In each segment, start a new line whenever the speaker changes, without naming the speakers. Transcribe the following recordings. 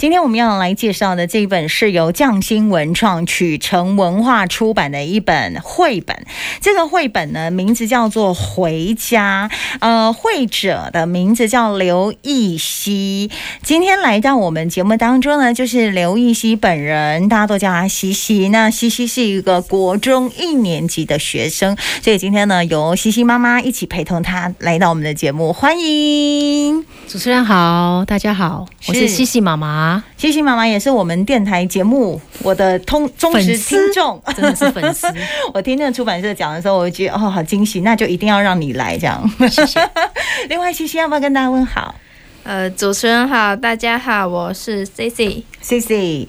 今天我们要来介绍的这一本是由匠心文创曲城文化出版的一本绘本。这个绘本呢，名字叫做《回家》，呃，绘者的名字叫刘亦希。今天来到我们节目当中呢，就是刘亦希本人，大家都叫她西西。那西西是一个国中一年级的学生，所以今天呢，由西西妈妈一起陪同她来到我们的节目，欢迎。
主持人好，大家好，我
是
是西西妈妈，
西西妈妈也是我们电台节目我的通忠实
粉丝
听众。
真的是粉丝，
我听那个出版社讲的时候，我就觉得哦，好惊喜，那就一定要让你来这样。
谢谢。
另外，西西要不要跟大家问好？
呃，主持人好，大家好，我是 C C。
C C，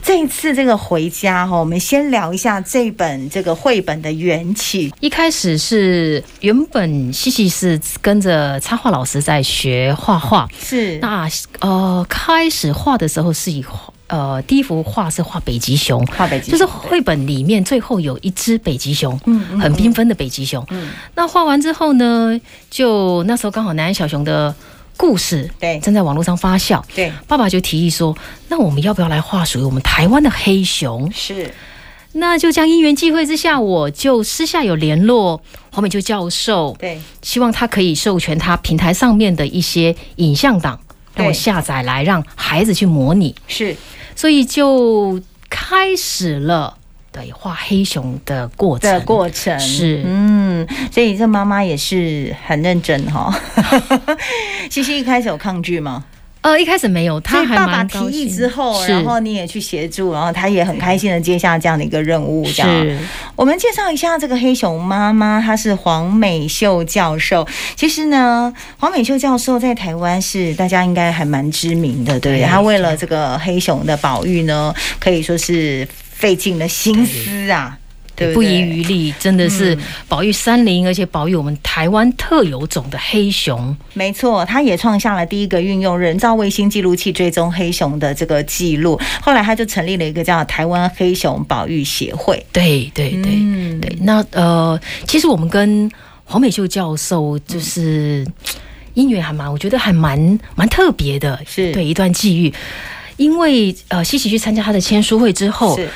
这一次这个回家哈，我们先聊一下这本这个绘本的缘起。
一开始是原本西西是跟着插画老师在学画画，
是
那呃开始画的时候是以呃第一幅画是画北极熊，
画北极
就是
熊
绘本里面最后有一只北极熊，
嗯嗯
很缤纷的北极熊。
嗯
那画完之后呢，就那时候刚好南安小熊的故事
对
正在网络上发酵，
对
爸爸就提议说，那我们要不要来画属于我们台湾的黑熊？
是
那就这样因缘际会之下，我就私下有联络黄美秋教授，
对
希望他可以授权他平台上面的一些影像档，让我
对
下载来让孩子去模拟，
是
所以就开始了对画黑熊的过程。
的过程
是
嗯，所以这妈妈也是很认真哈、 哦。西西一开始有抗拒吗？
呃，一开始没有，
所
他
以
还
爸爸
蛮
提
高
议
兴
之后，
是
然后你也去协助，然后他也很开心的接下这样的一个任务。这样，
是
我们介绍一下这个黑熊妈妈，她是黄美秀教授。其实呢，黄美秀教授在台湾是大家应该还蛮知名的，对不对？
对
她为了这个黑熊的保育呢，可以说是费尽了心思啊，对嗯
不
对？
遗余力，真的是保育山林，而且保育我们台湾特有种的黑熊。
没错，他也创下了第一个运用人造卫星记录器追踪黑熊的这个记录。后来他就成立了一个叫台湾黑熊保育协会。
对对对、
嗯，
对，那呃，其实我们跟黄美秀教授就是姻缘还蛮，我觉得还蛮蛮特别的，
是
对一段际遇。因为呃，西奇去参加他的签书会之后，
是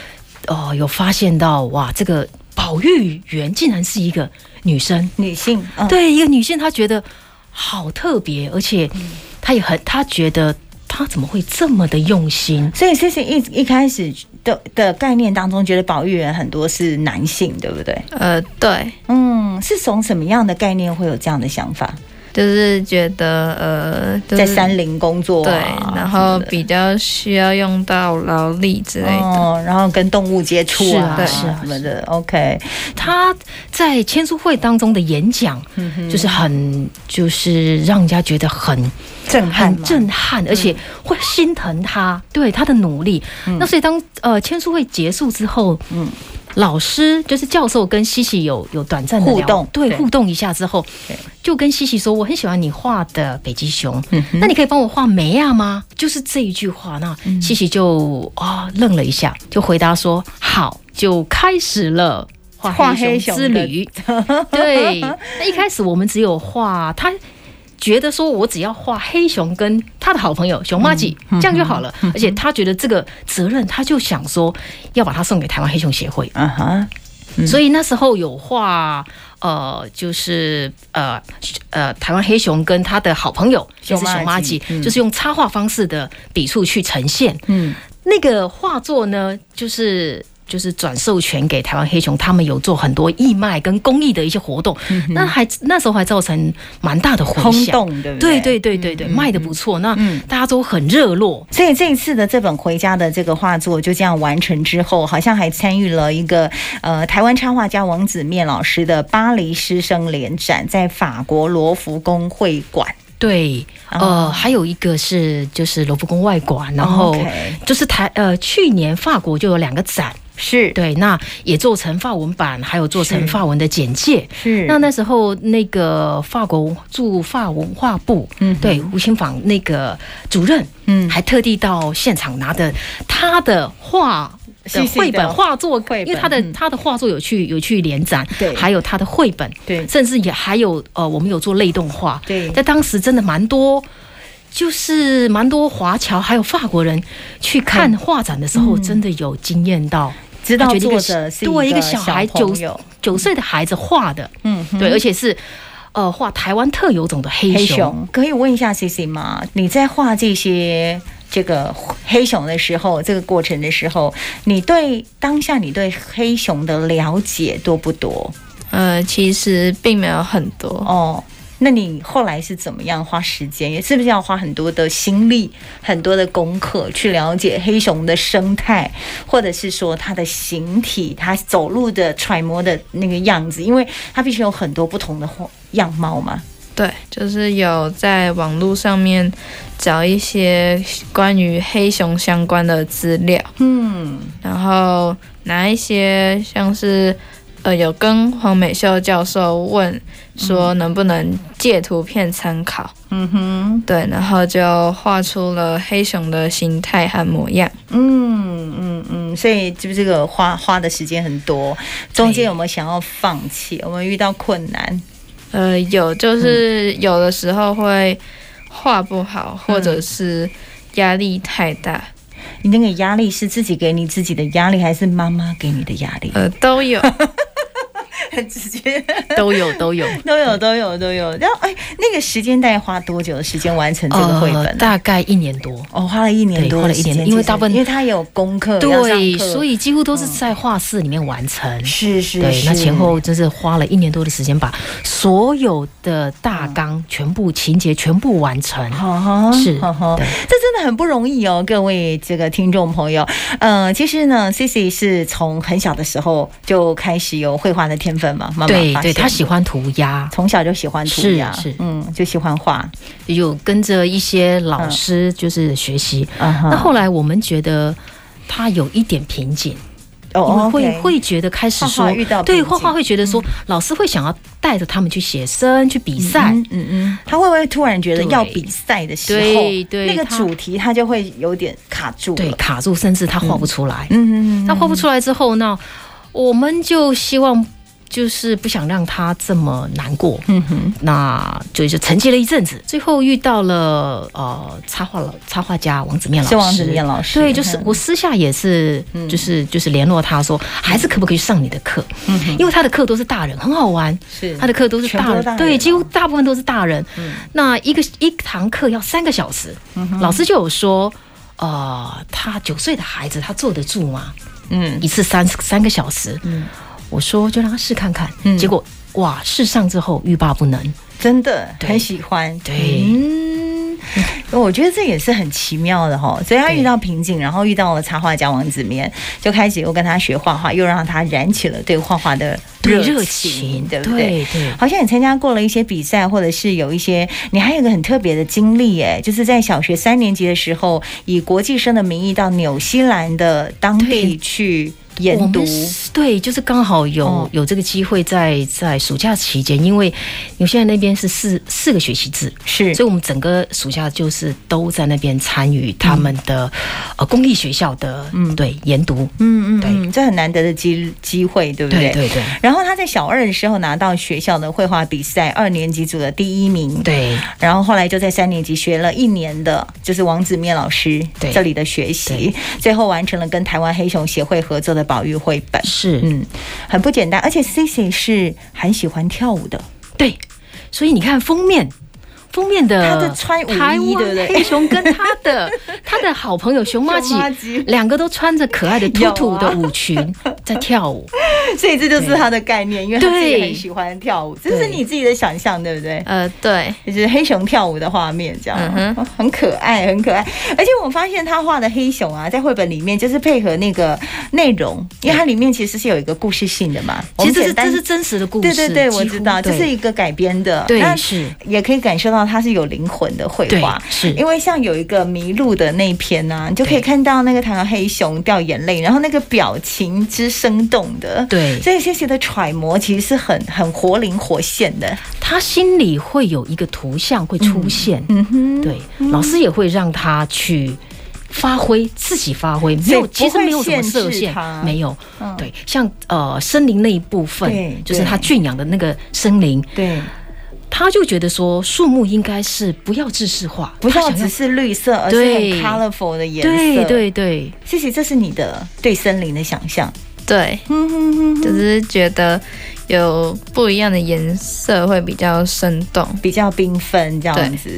呃，有发现到哇，这个保育员竟然是一个女生，
女性，嗯，
对，一个女性，她觉得好特别，而且
嗯
她也很，她觉得她怎么会这么的用心？
所以 C C 一一开始的的概念当中，觉得保育员很多是男性，对不对？
呃，对，
嗯，是从什么样的概念会有这样的想法？
就是觉得呃，就是、
在山林工作、
对
啊，，
然后
什么的
比较需要用到劳力之类的。
哦，然后跟动物接触
是
啊，
啊
是
啊
什么的。OK，
她在签书会当中的演讲，
嗯
就是很，就是让人家觉得很
震撼嗯
很
吗，
震撼，而且会心疼她对她的努力。那所以当呃签书会结束之后，
嗯
嗯。老师就是教授跟西西有有短暂的
互
聊
动
对
对
互动一下之后
对，
就跟西西说我很喜欢你画的北极熊，
嗯哼嗯
那你可以帮我画梅亚吗？就是这一句话，那西西就啊、愣了一下，就回答说好，就开始了。
画
画
黑
黑
熊
熊之
的
旅， 对。那一开始我们只有画他，觉得说我只要画黑熊跟他的好朋友
嗯
熊妈吉、这样就好了。而且他觉得这个责任，他就想说要把它送给台湾黑熊协会。
啊哈，
所以那时候有画，呃，就是呃呃，台湾黑熊跟他的好朋友就是
熊
熊
妈
妈
吉
吉，
嗯
就是用插画方式的笔触去呈现。
嗯，
那个画作呢，就是。就是转授权给台湾黑熊，他们有做很多义卖跟公益的一些活动，那还那时候还造成蛮大的回
嗯轰
响。
动，嗯对不
对对对对对，卖的不错，那大家都很热络。
所以这一次的这本《回家》的这个画作就这样完成之后，好像还参与了一个呃台湾插画家王子面老师的巴黎师生联展，在法国罗浮宫会馆。
对，
哦
呃，还有一个是就是罗浮宫外馆，然
哦
后
，OK
就是台呃去年法国就有两个展，
是
对，那也做成法文版，还有做
是
成法文的简介。
是
那那时候那个法国驻法文化部，
嗯哼
对，吴清坊那个主任，
嗯
还特地到现场拿着他的画。
细
的
细的
绘本画作，
绘本
因为他的
嗯
他的画作有去有去联展，
对
还有他的绘本，
对
甚至也还有呃，我们有做类动画，
对
在当时真的蛮多就是蛮多华侨还有法国人去
嗯
看画展的时候，真的有惊艳到。
知道
他觉得一
作
个
者是
对一
个
个小孩
朋
九
友
九岁的孩子画的，
嗯哼
对，而且是呃画台湾特有种的黑
黑
熊。
熊，可以问一下 C C 吗？你在画这些这个黑熊的时候，这个过程的时候，你对当下你对黑熊的了解多不多？
呃，其实并没有很多，
哦，那你后来是怎么样花时间？也是不是要花很多的心力、很多的功课去了解黑熊的生态，或者是说它的形体、它走路的揣摩的那个样子？因为它必须有很多不同的样貌嘛。
对，就是有在网络上面找一些关于黑熊相关的资料，
嗯，
然后拿一些像是呃有跟黄美秀教授问说能不能借图片参考，
嗯哼。
对，然后就画出了黑熊的形态和模样。
嗯嗯嗯，所以就是这个花花的时间很多，中间有没有想要放弃？有没有遇到困难？
呃，有就是
嗯
有的时候会画不好，或
嗯
者是压力太大，
你那个压力是自己给你自己的压力，还是妈妈给你的压力？
呃，都 有。
很直接，
都有都有。
都有都有都有。然后哎，那个时间大概花多久的时间完成 这个绘本呢？
呃大概一年多。
哦，花了一年多
对花
的
了
时
一
间，其
年
实
因为大部分
因为他有功课，要上
对，
课
所以几乎都是在画室里面完成。
是是
对，
是，
那前后真是花了一年多的时间，把所有的大纲、全部情节全部完成。
哈哈
是
哈哈
对
这真的很不容易哦，各位这个听众朋友。呃，其实呢，Cici 是从很小的时候就开始有绘画的天分嘛，妈妈
对
发
对，
现
他喜欢涂鸦，
从小就喜欢涂鸦，
是是
嗯，就喜欢画，
有跟着一些老师就是学习。
嗯哼
那后来我们觉得。他有一点瓶颈，
哦
我们
哦
会、
OK
会觉得开始
画
说，
画遇到瓶
对
颈嗯
画画会觉得说，老师会想要带着他们去写生、去比赛，
嗯嗯嗯，他会不会突然觉得
对
要比赛的时候，
对对
那个
他
主题他就会有点卡住了，
对卡住，甚至他画不出来。
嗯嗯嗯，
那画不出来之后，那我们就希望就是不想让他这么难过，
嗯哼，
那就就沉寂了一阵子，最后遇到了呃插画老插画家王子面老师，
是王子面老师，
对，就是
嗯
我私下也是，就是就是联络他说，孩子可不可以上你的课？
嗯哼
因为他的课都是大人，很好玩，
是
他的课都是
全
大
部都
人，
大人嗯
对，
哦
几乎大部分都是大人。那一个一堂课要三个小时，
嗯
老师就有说，呃，他九岁的孩子他坐得住吗？
嗯
一次三三个小时，我说就让他试看看，
嗯
结果哇，试上之后欲罢不能，
真的
对
很喜欢，
对
嗯，我觉得这也是很奇妙的哈。所以他
对
遇到瓶颈，然后遇到了插画家王子面，就开始又跟他学画画，又让他燃起了对画画的
对
热
热
情，
情，
对不对？
对对
好像你参加过了一些比赛，或者是有一些，你还有一个很特别的经历耶，就是在小学三年级的时候，以国际生的名义到纽西兰的当地
对
去研
我
读
们，是对，就是刚好有、
哦
有这个机会在在暑假期间，因为纽西兰那边是四四个学期制，
是
所以我们整个暑假就是都在那边参与他们的、呃公立学校的嗯对研读，
嗯嗯嗯
对
嗯，这很难得的机机会，对不
对对对
然后他在小二的时候拿到学校的绘画比赛二年级组的第一名。。
对
然后后来就在三年级学了一年的，就是王子面老师
对
这里的学习，最后完成了跟台湾黑熊协会合作的保育绘本。
是、
嗯，很不简单，而且 C C 是很喜欢跳舞的，
对，所以你看封面。封面的
他的穿舞衣
台湾
对不对
黑熊跟他 的他的好朋友熊妈
熊妈
吉
吉，啊
两个都穿着可爱的
有
兔
啊
兔的舞裙在 跳舞。
所以这就是
对
他的概念，因为他自己
对
很喜欢跳舞，这是
对
你自己的想象，对不对？
呃，对，
就是黑熊跳舞的画面，这样、哦
嗯
很可爱，很可爱。而且我发现他画的黑熊啊，在绘本里面就是配合那个内容，因为它里面其实是有一个故事性的嘛。我
其
们
实这是
简单
这是真实的故事，
对对对，我
几乎
知道，这
对
是一个改编的，
对
那
是
也可以感受到它是有灵魂的绘
对
画。
是
因为像有一个迷路的那一篇呢、你就可以
对
看到那个台湾黑熊掉眼泪，然后那个表情之生动的，
对
所以谢谢的揣摩其实是很很活灵活现的，
他心里会有一个图像会出现，
嗯哼，
对，老师也会让他去发挥，自己发挥，没
所以
有，
不
其实没有什么
会
设
限制
限
他，嗯
没有，对，像呃森林那一部分
对，
就是
对
他圈养的那个森林，
对。
他就觉得说树木应该是不要制式化，
不
他
要
想
只是绿色，而是很
对
colorful 的颜色。
对，对对，
谢谢，这是你的对森林的想象。
对，就是觉得有不一样的颜色会比较生动。
比较缤纷这样子，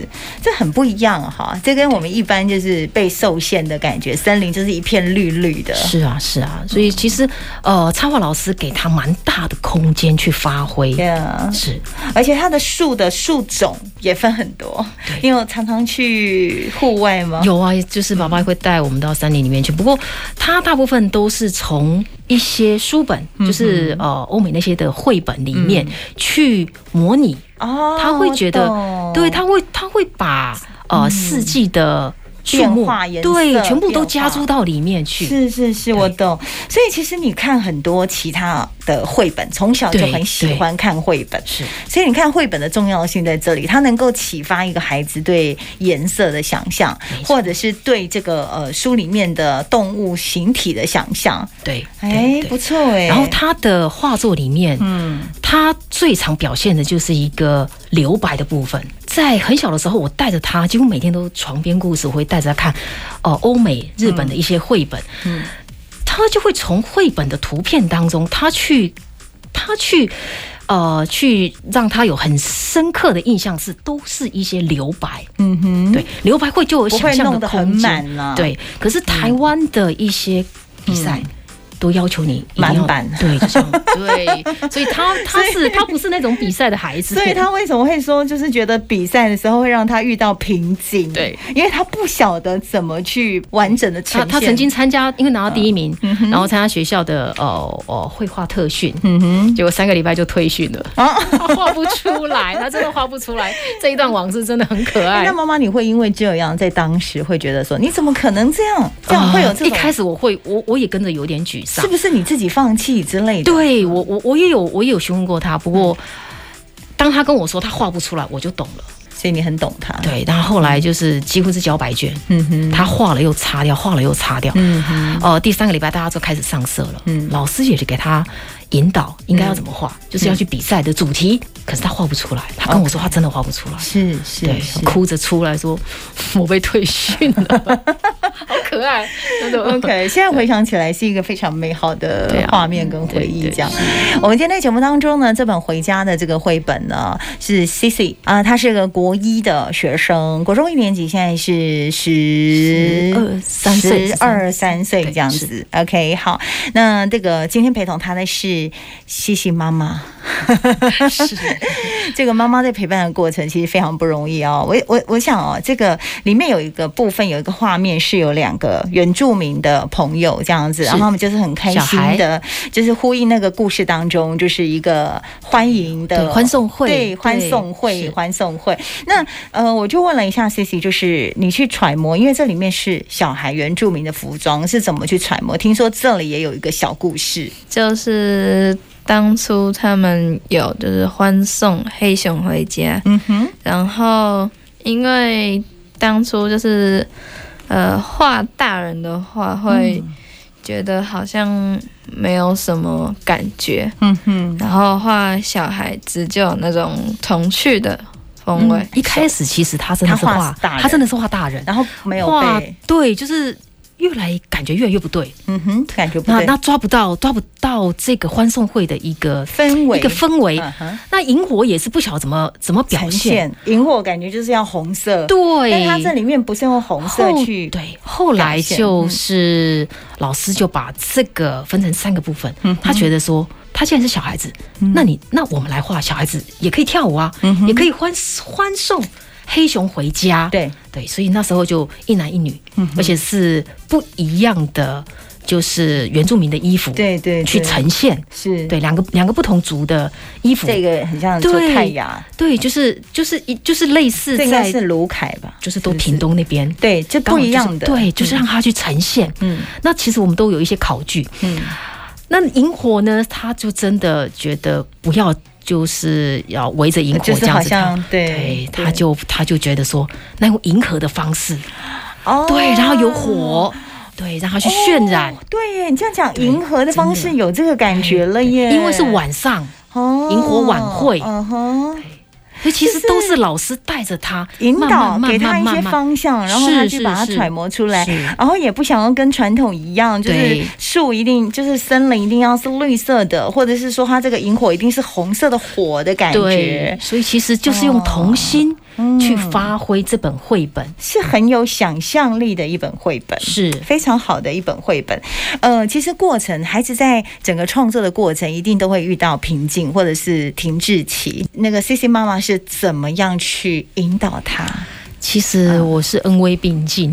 这很不一样哈。这跟我们一般就是被受限的感觉，森林就是一片绿绿的。
是啊是啊，所以其实呃，插画老师给他蛮大的空间去发挥。
Yeah，
是，
而且它的树的树种也分很多，因为我常常去户外嘛，
有啊，就是爸爸会带我们到山林里面去。不过他大部分都是从一些书本，
嗯
就是呃欧美那些的绘本里面去模拟。
哦，
他会觉得
我懂，嗯
对，他会他会把呃四季的树
变
木
化颜，色
对，全部
变
都
化
加注到里面去。
是是是，我懂。所以其实你看很多其他的绘本，从小就
对
很喜欢看绘本，
是
所以你看绘本的重要性在这里，它能够启发一个孩子对颜色的想象，
没错
或者是对这个呃书里面的动物形体的想象。
对，
哎
哎，，
不错哎。
然后他的画作里面，嗯，他最常表现的就是一个留白的部分。在很小的时候，我带着他，几乎每天都床边故事，我会带着他看，哦、欧美、日本的一些绘本，嗯，他就会从绘本的图片当中，他去，他去。呃，去让他有很深刻的印象是，都是一些留白，
嗯哼，
对，留白会就有
不
想
会
象
弄得
的
很
空间，
满啦。，
对，可是台湾的一些比赛。都要求你一定要
嗯满版
对，就 是要对，所以他他是他不是那种比赛的孩 子，
所以他为什么会说，就是觉得比赛的时候会让他遇到瓶颈？
对，
因为他不晓得怎么去完整的呈
他
现。
他曾经参加，因为拿到第一名，然后参加学校的呃呃绘画特训，
嗯哼。哦
结果三个礼拜就退训了，他 画不出来，他真的画不出来，这一段往事真的很可爱
哎 那。妈妈，你会因为这样在当时会觉得说，你怎么可能这样？这样会有这
啊哦一
种，
开始我会我我也跟着有点沮丧
是，不是你自己放弃之类的？，
对我我我也有我也有询问过他，不过
嗯
当他跟我说他画不出来，我就懂了。
所以你很懂他。
对，然后后来就是几乎是交白卷，
嗯哼，
他画了又擦掉，画了又擦掉。
嗯哼，
呃，第三个礼拜大家就开始上色了，
嗯
老师也是给他引导应该要怎么画，就是要去比赛的主题，可是他画不出来，他跟我说他真的画不出来，
哦是是
对
是，。
哭着出 来说我被退训了，好可爱，真的。
OK，现在回想起来是一个非常美好的
对啊
画面跟回忆。
对对
这样，我们今天在节目当中呢，这本《回家》的这个绘本呢是 Cici 啊、她是个国一的学生，国中一年级，现在是十
12 3岁
十二三岁这样子。OK，好，那这个今天陪同她的是 Cici 妈妈。
是
这个妈妈在陪伴的过程其实非常不容易哦。我我我想哦，这个里面有一个部分有一个画面是有两个原住民的朋友这样子，然后他们就是很开
小
心
孩
的，就是呼应那个故事当中就是一个欢迎的
对欢送会
对欢送会
对是
欢送会。那呃，我就问了一下 C C，就是你去揣摩，因为这里面是小孩原住民的服装是怎么去揣摩？听说这里也有一个小故事，
就是当初他们有就是欢送黑熊回家，
嗯哼，
然后因为当初就是呃画大人的话，会
嗯
觉得好像没有什么感觉，
嗯哼，
然后画小孩子就有那种童趣的风味。
一开始其实他真的是
他画
画，
大人
他真的是画大人，
然后没有
画
被，
对，就是越来感觉越来越不对，
嗯哼，感觉不
那
对
那抓不到抓不到这个欢送会的一个
氛围
一个氛围。
嗯哼
那萤火也是不晓得怎么怎么表
呈
现，
现萤火，感觉就是要红色，
对，
但它这里面不是用红色
后
去，
对，后来
表现
就是老师就把这个分成三个部分，
嗯
他觉得说。他既然是小孩子，那你那我们来画小孩子也可以跳舞啊，
嗯
也可以欢欢送黑熊回家。
对
对，所以那时候就一男一女，
嗯
而且是不一样的，就是原住民的衣服，
对对对
去呈现。
是
对，两个两个不同族的衣服，
这个很像做
对
泰雅，
对，就是就是一就是类似
这应该
在
是卢凯吧？
就是都屏东那边
对，就
刚
不
好就是
一样的，
对，就是让他去呈现。
嗯
那其实我们都有一些考据，
嗯，
那萤火呢，他就真的觉得不要就是要围着萤火
就是
这样
好
子跳
像。对
对，他就他就觉得说，那用迎合的方式，
哦
对，然后有火，对，让他去渲染
哦，对耶，你这样讲，
对
银河的方式
真
有这个感觉了耶，
因为是晚上，
哦
萤火晚会
嗯哼。
所以其实都是老师带着他
引
慢
导
慢慢
给他
慢
一些
慢慢
方向，然后他
是
去
是
把它
是
揣摩出来。
是
然后也不想要跟传统一样，就是
对
树一定就是森林一定要是绿色的，或者是说它这个萤火一定是红色的火的感
对
觉，，哦
所以其实就是用童心去发挥这本绘本，
是很有想象力的一本绘本。
是
非常好的一本绘本，呃，其实过程孩子在整个创作的过程，一定都会遇到瓶颈或者是停滞期。那个 C C 妈妈是怎么样去引导他？
其实我是恩威并进，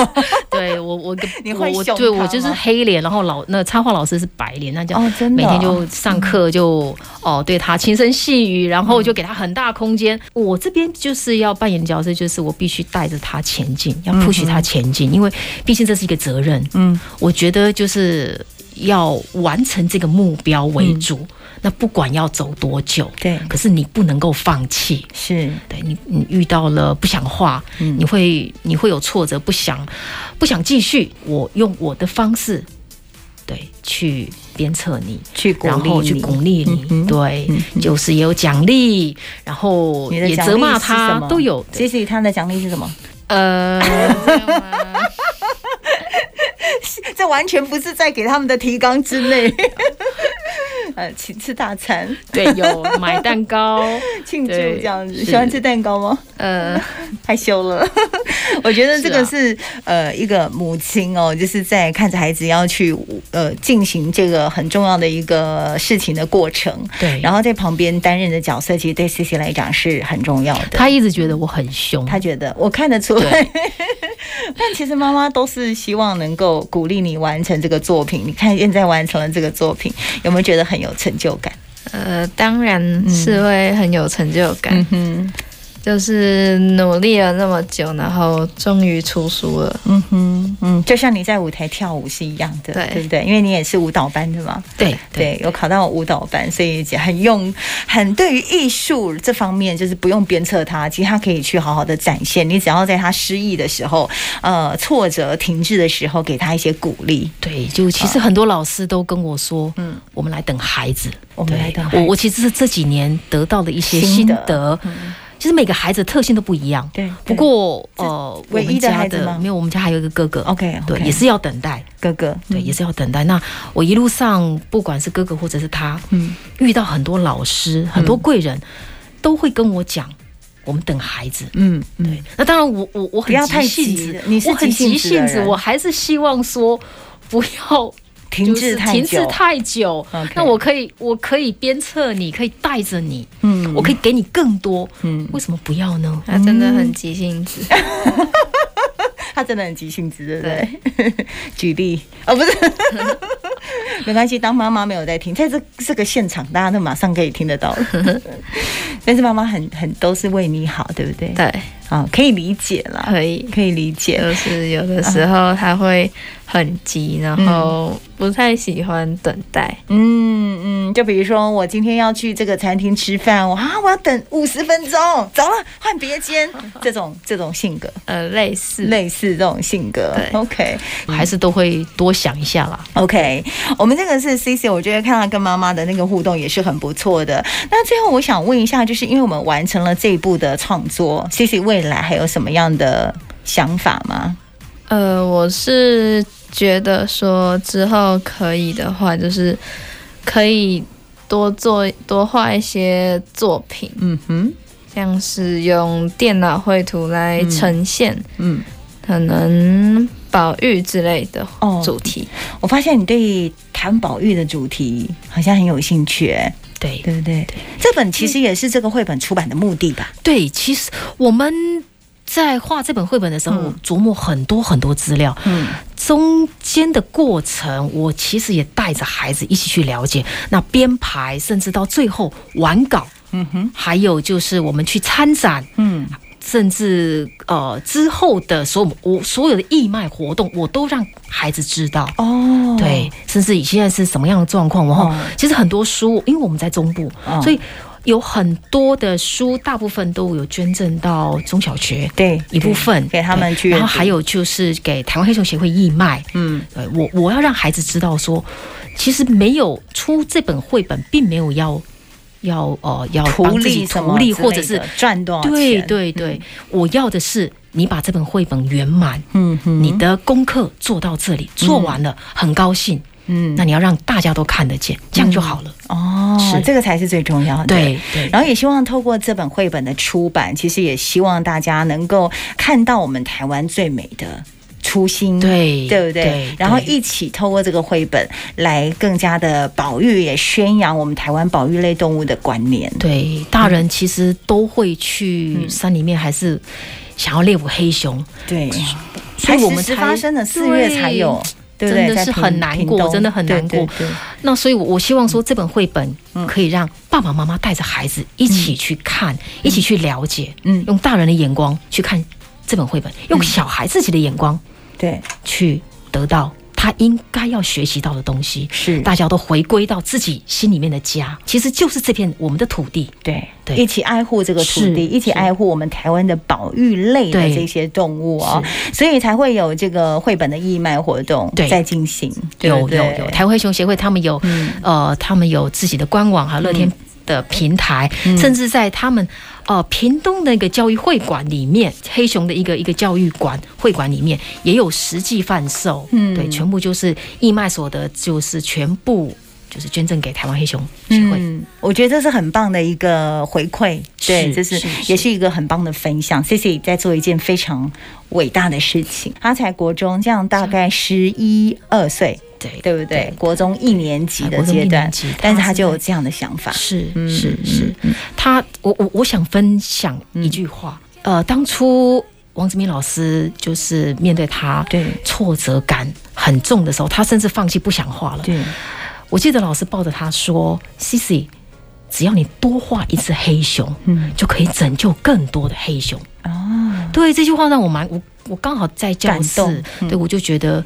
对我我
嗯 你
我
会
我
凶
对
他吗
我就是黑脸，然后老那插画老师是白脸，那就
哦真的
每
哦
天就上课就哦对他轻声细语，然
嗯
后就给他很大空间。我这边就是要扮演角色，就是我必须带着他前进，要 push 他前进，因为毕竟这是一个责任。
嗯，
我觉得就是要完成这个目标为主，
嗯
那不管要走多久，
对
可是你不能够放弃。
是
对你，你遇到了不想画，
嗯
你会你会有挫折，不想不想继续。我用我的方式，对，去鞭策你，
去鼓
然后
励
去
你。
鼓励你，
嗯哼
对，
嗯哼
就是也有奖励，然后
你的
也
奖
责
励
骂
是什
他
么
都有。
C C 他的奖励是什么？
呃，
这样吗？
这完全不是在给他们的提纲之内。 呃，请吃大餐，
对，有买蛋 糕，
庆祝
对
这样子。
是
喜欢吃蛋糕吗？
呃，
害羞了。 我觉得这个
是啊
是呃一个母亲哦，就是在看着孩子要去呃进行这个很重要的一个事情的过程，
对，
然
后
后在旁边担任的角色，其实对 C C 来讲是很重要的。
他一直觉得我很凶，
他觉得我看得出来， 但其实妈妈都是希望能够鼓励你完成这个作品。你看现在完成了这个作品，有没有觉得很有成就感？
呃，当然是会很有成就感，
嗯哼，
就是努力了那么久，然后终于出书了。
嗯哼，嗯，就像你在舞台跳舞是一样的，
对
对不对？因为你也是舞蹈班的嘛，
对对
对，有考到舞蹈班，所以也很用，很对于艺术这方面，就是不用鞭策他，其实他可以去好好的展现。你只要在他失意的时候，呃，挫折停滞的时候，给他一些鼓励。
对，就其实很多老师都跟我说，
嗯
嗯，我们来等孩子，
我们
对
来等孩子
我我其实是这几年得到的一些
心
心
得嗯
得，其实每个孩子的特性都不一样，
对
不过呃，我
唯
们
一的
家
孩子吗
的没有，我们家还有一个哥哥
OK，OK
对，也是要等待，
哥哥，
对，也是要等待。那我一路上，不管是哥哥或者是他，
嗯，
遇到很多老师、很多贵人，都会跟我讲，我们等孩子。
嗯嗯。
对，那当然我，我我
不
很
要太
急性
急
子
了，你是
我很
急性
急
子的
性子，
人
我还是希望说不要
停
就是
滞太久，
停滞太久
OK。
那我可以，我可以鞭策你，可以带着你，
嗯
我可以给你更多，
嗯
为什么不要呢？
他真的很急性 子，
他真的很急性子，对不对？ 举例哦，不是， 没关系，当妈妈没有在听，在这这个现场，大家都马上可以听得到 了。但是妈妈很很都是为你好，对不对？
对，
啊、可以理解啦，
可以。
可以理解。
就是有的时候他会很急，然后不太喜欢等待。
嗯嗯，就比如说我今天要去这个餐厅吃饭，我啊我要等五十分钟，走了换别 间，这种这种性格，
呃，类似
类似这种性格
对。
OK，
还是都会多想一下啦。
OK，我们这个是 C C，我觉得看她跟妈妈的那个互动也是很不错的。那最后我想问一下，就是因为我们完成了这一步的创作，C C 未来还有什么样的想法吗？
呃，我是觉得说之后可以的话，就是可以多做多画一些作品，
嗯哼，
像是用电脑绘图来呈现，
嗯，
可能保育之类的
哦
主题。
我发现你对谈宝玉的主题好像很有兴趣，哎
对
对不对？这本其实也是这个绘本出版的目的吧？
对，其实我们在画这本绘本的时候，
嗯
我琢磨很多很多资料，
嗯，
中间的过程，我其实也带着孩子一起去了解，那编排，甚至到最后完稿，
嗯哼，
还有就是我们去参展。
嗯，
甚至呃之后的所有我所有的义卖活动，我都让孩子知道。
哦，
对，甚至以现在是什么样的状况，然后、
哦
其实很多书，因为我们在中部，
哦
所以有很多的书，大部分都有捐赠到中小学。
对，
一部分
给他们去
对
阅读，
然后还有就是给台湾黑熊协会义卖。
嗯，
对我，我要让孩子知道说，其实没有出这本绘本，并没有要要呃要
图
帮自己
利什
图
么
利，
之
或
类
者是
的赚多少钱？
对对对，我要的是你把这本绘本圆满，
嗯哼，
你的功课做到这里，做完了很高兴，
嗯
那你要让大家都看得见，这样就好了。
哦，
是
这个才是最重要的。
对对，
然后也希望透过这本绘本的出版，其实也希望大家能够看到我们台湾最美的初心。。
对
对不对？然后一起透过这个绘本来更加的保育，也宣扬我们台湾保育类动物的观念。
对大人其实都会去
嗯
山里面，还是想要猎捕黑熊，
对，
所以我们
才
才
发生了四月才有，对不对？
真的是
在屏
很难过
屏东
真的很难过
对对对
那所以我，我希望说这本绘本
嗯
可以让爸爸妈妈带着孩子一起去看，一起去了解，
嗯，
用大人的眼光去看这本绘本，用小孩自己的眼光
对，
去得到他应该要学习到的东西。
是，
大家都回归到自己心里面的家，其实就是这片我们的土地。
对
对
一起爱护这个土
是
地，一起
是
爱护我们台湾的保育类的
对
这些动物哦，所以才会有这个绘本的义卖活动
对
在进行，对
有
不对
有有，台湾黑熊协会他们有，
嗯
呃，他们有自己的官网还有乐天的平台，
嗯
甚至在他们呃屏东的一个教育会馆里面，黑熊的一个一个教育馆会馆里面也有实际贩售，
嗯
对，全部就是义卖所得，就是全部就是捐赠给台湾黑熊协会。
嗯，我觉得这是很棒的一个回馈，对，
是
这是
是是
也是一个很棒的分享。谢谢你在做一件非常伟大的事情。他才国中，这样大概十一二岁，
啊对啊
对不对？国中一年级的
国中一
阶段
年级，
但是
他
他
是
就有这样的想法，
是
嗯
是
嗯
是，他我我我想分享一句话，呃，当初王子明老师就是面对他
对
挫折感很重的时候，他甚至放弃不想画了。
对，
我记得老师抱着他说：“Cici，只要你多画一只黑熊，
嗯，
就可以拯救更多的黑熊。”
哦，
对这句话让我蛮我我刚好在教
感
室
动，嗯
对我就觉得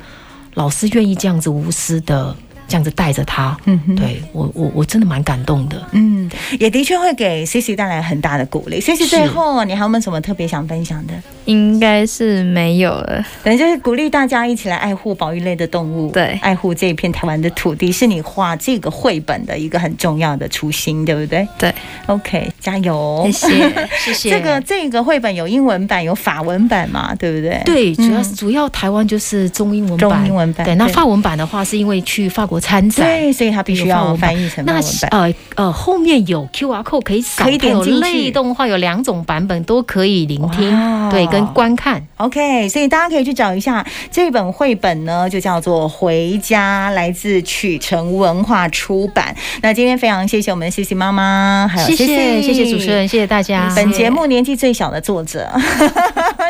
老师愿意这样子无私的这样子带着他，
嗯哼。
对我我我真的蛮感动的。
嗯，也的确会给 C C 带来很大的鼓励。C C
是
最后，你还有没有什么特别想分享的？
应该是没有了。
等于就是鼓励大家一起来爱护保育类的动物，
对
爱护这一片台湾的土地，是你画这个绘本的一个很重要的初心，对不对
对，
？OK，加油！
谢谢。
谢谢
哦 这个这个绘本有英文版，有法文版嘛，对不对？，
对，主要、
嗯
主要台湾就是中英文版，
中英文版
对，那
对
法文版的话是因为去法国参展。
对，所以它必须要
有法
翻译成法
那
文版。
呃呃，后面有 Q R code 可以扫，
可以
它有
点进去
类动画有两种版本都可以聆
哇
听，对，跟观看。
OK，所以大家可以去找一下这本绘本呢，就叫做《回家》，来自曲城文化出版。那今天非常谢谢我们的 C C 妈妈，还有
谢
C C，
谢谢谢主持。人，谢谢大家，
本节目年纪最小的作者，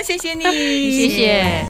谢谢你，
谢谢。